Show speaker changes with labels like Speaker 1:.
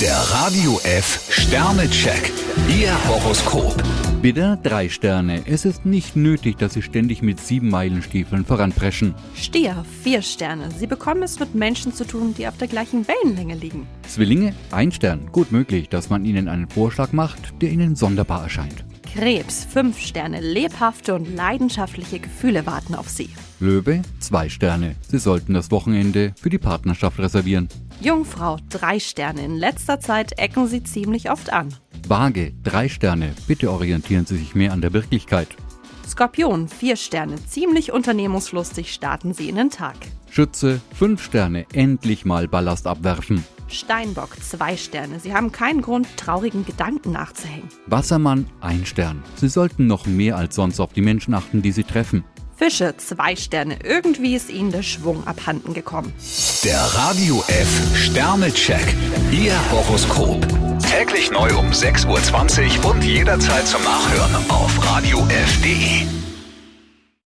Speaker 1: Der Radio F Sternecheck. Ihr Horoskop.
Speaker 2: Widder, drei Sterne. Es ist nicht nötig, dass Sie ständig mit sieben Meilenstiefeln voranpreschen.
Speaker 3: Stier, vier Sterne. Sie bekommen es mit Menschen zu tun, die auf der gleichen Wellenlänge liegen.
Speaker 2: Zwillinge, ein Stern. Gut möglich, dass man Ihnen einen Vorschlag macht, der Ihnen sonderbar erscheint.
Speaker 3: Krebs, fünf Sterne. Lebhafte und leidenschaftliche Gefühle warten auf Sie.
Speaker 2: Löwe, zwei Sterne. Sie sollten das Wochenende für die Partnerschaft reservieren.
Speaker 3: Jungfrau, drei Sterne. In letzter Zeit ecken Sie ziemlich oft an.
Speaker 2: Waage, drei Sterne. Bitte orientieren Sie sich mehr an der Wirklichkeit.
Speaker 3: Skorpion, vier Sterne. Ziemlich unternehmungslustig starten Sie in den Tag.
Speaker 2: Schütze, fünf Sterne. Endlich mal Ballast abwerfen.
Speaker 3: Steinbock, zwei Sterne. Sie haben keinen Grund, traurigen Gedanken nachzuhängen.
Speaker 2: Wassermann, ein Stern. Sie sollten noch mehr als sonst auf die Menschen achten, die Sie treffen.
Speaker 3: Fische, zwei Sterne. Irgendwie ist Ihnen der Schwung abhanden gekommen.
Speaker 1: Der Radio F Sternecheck. Ihr Horoskop. Täglich neu um 6.20 Uhr und jederzeit zum Nachhören auf Radio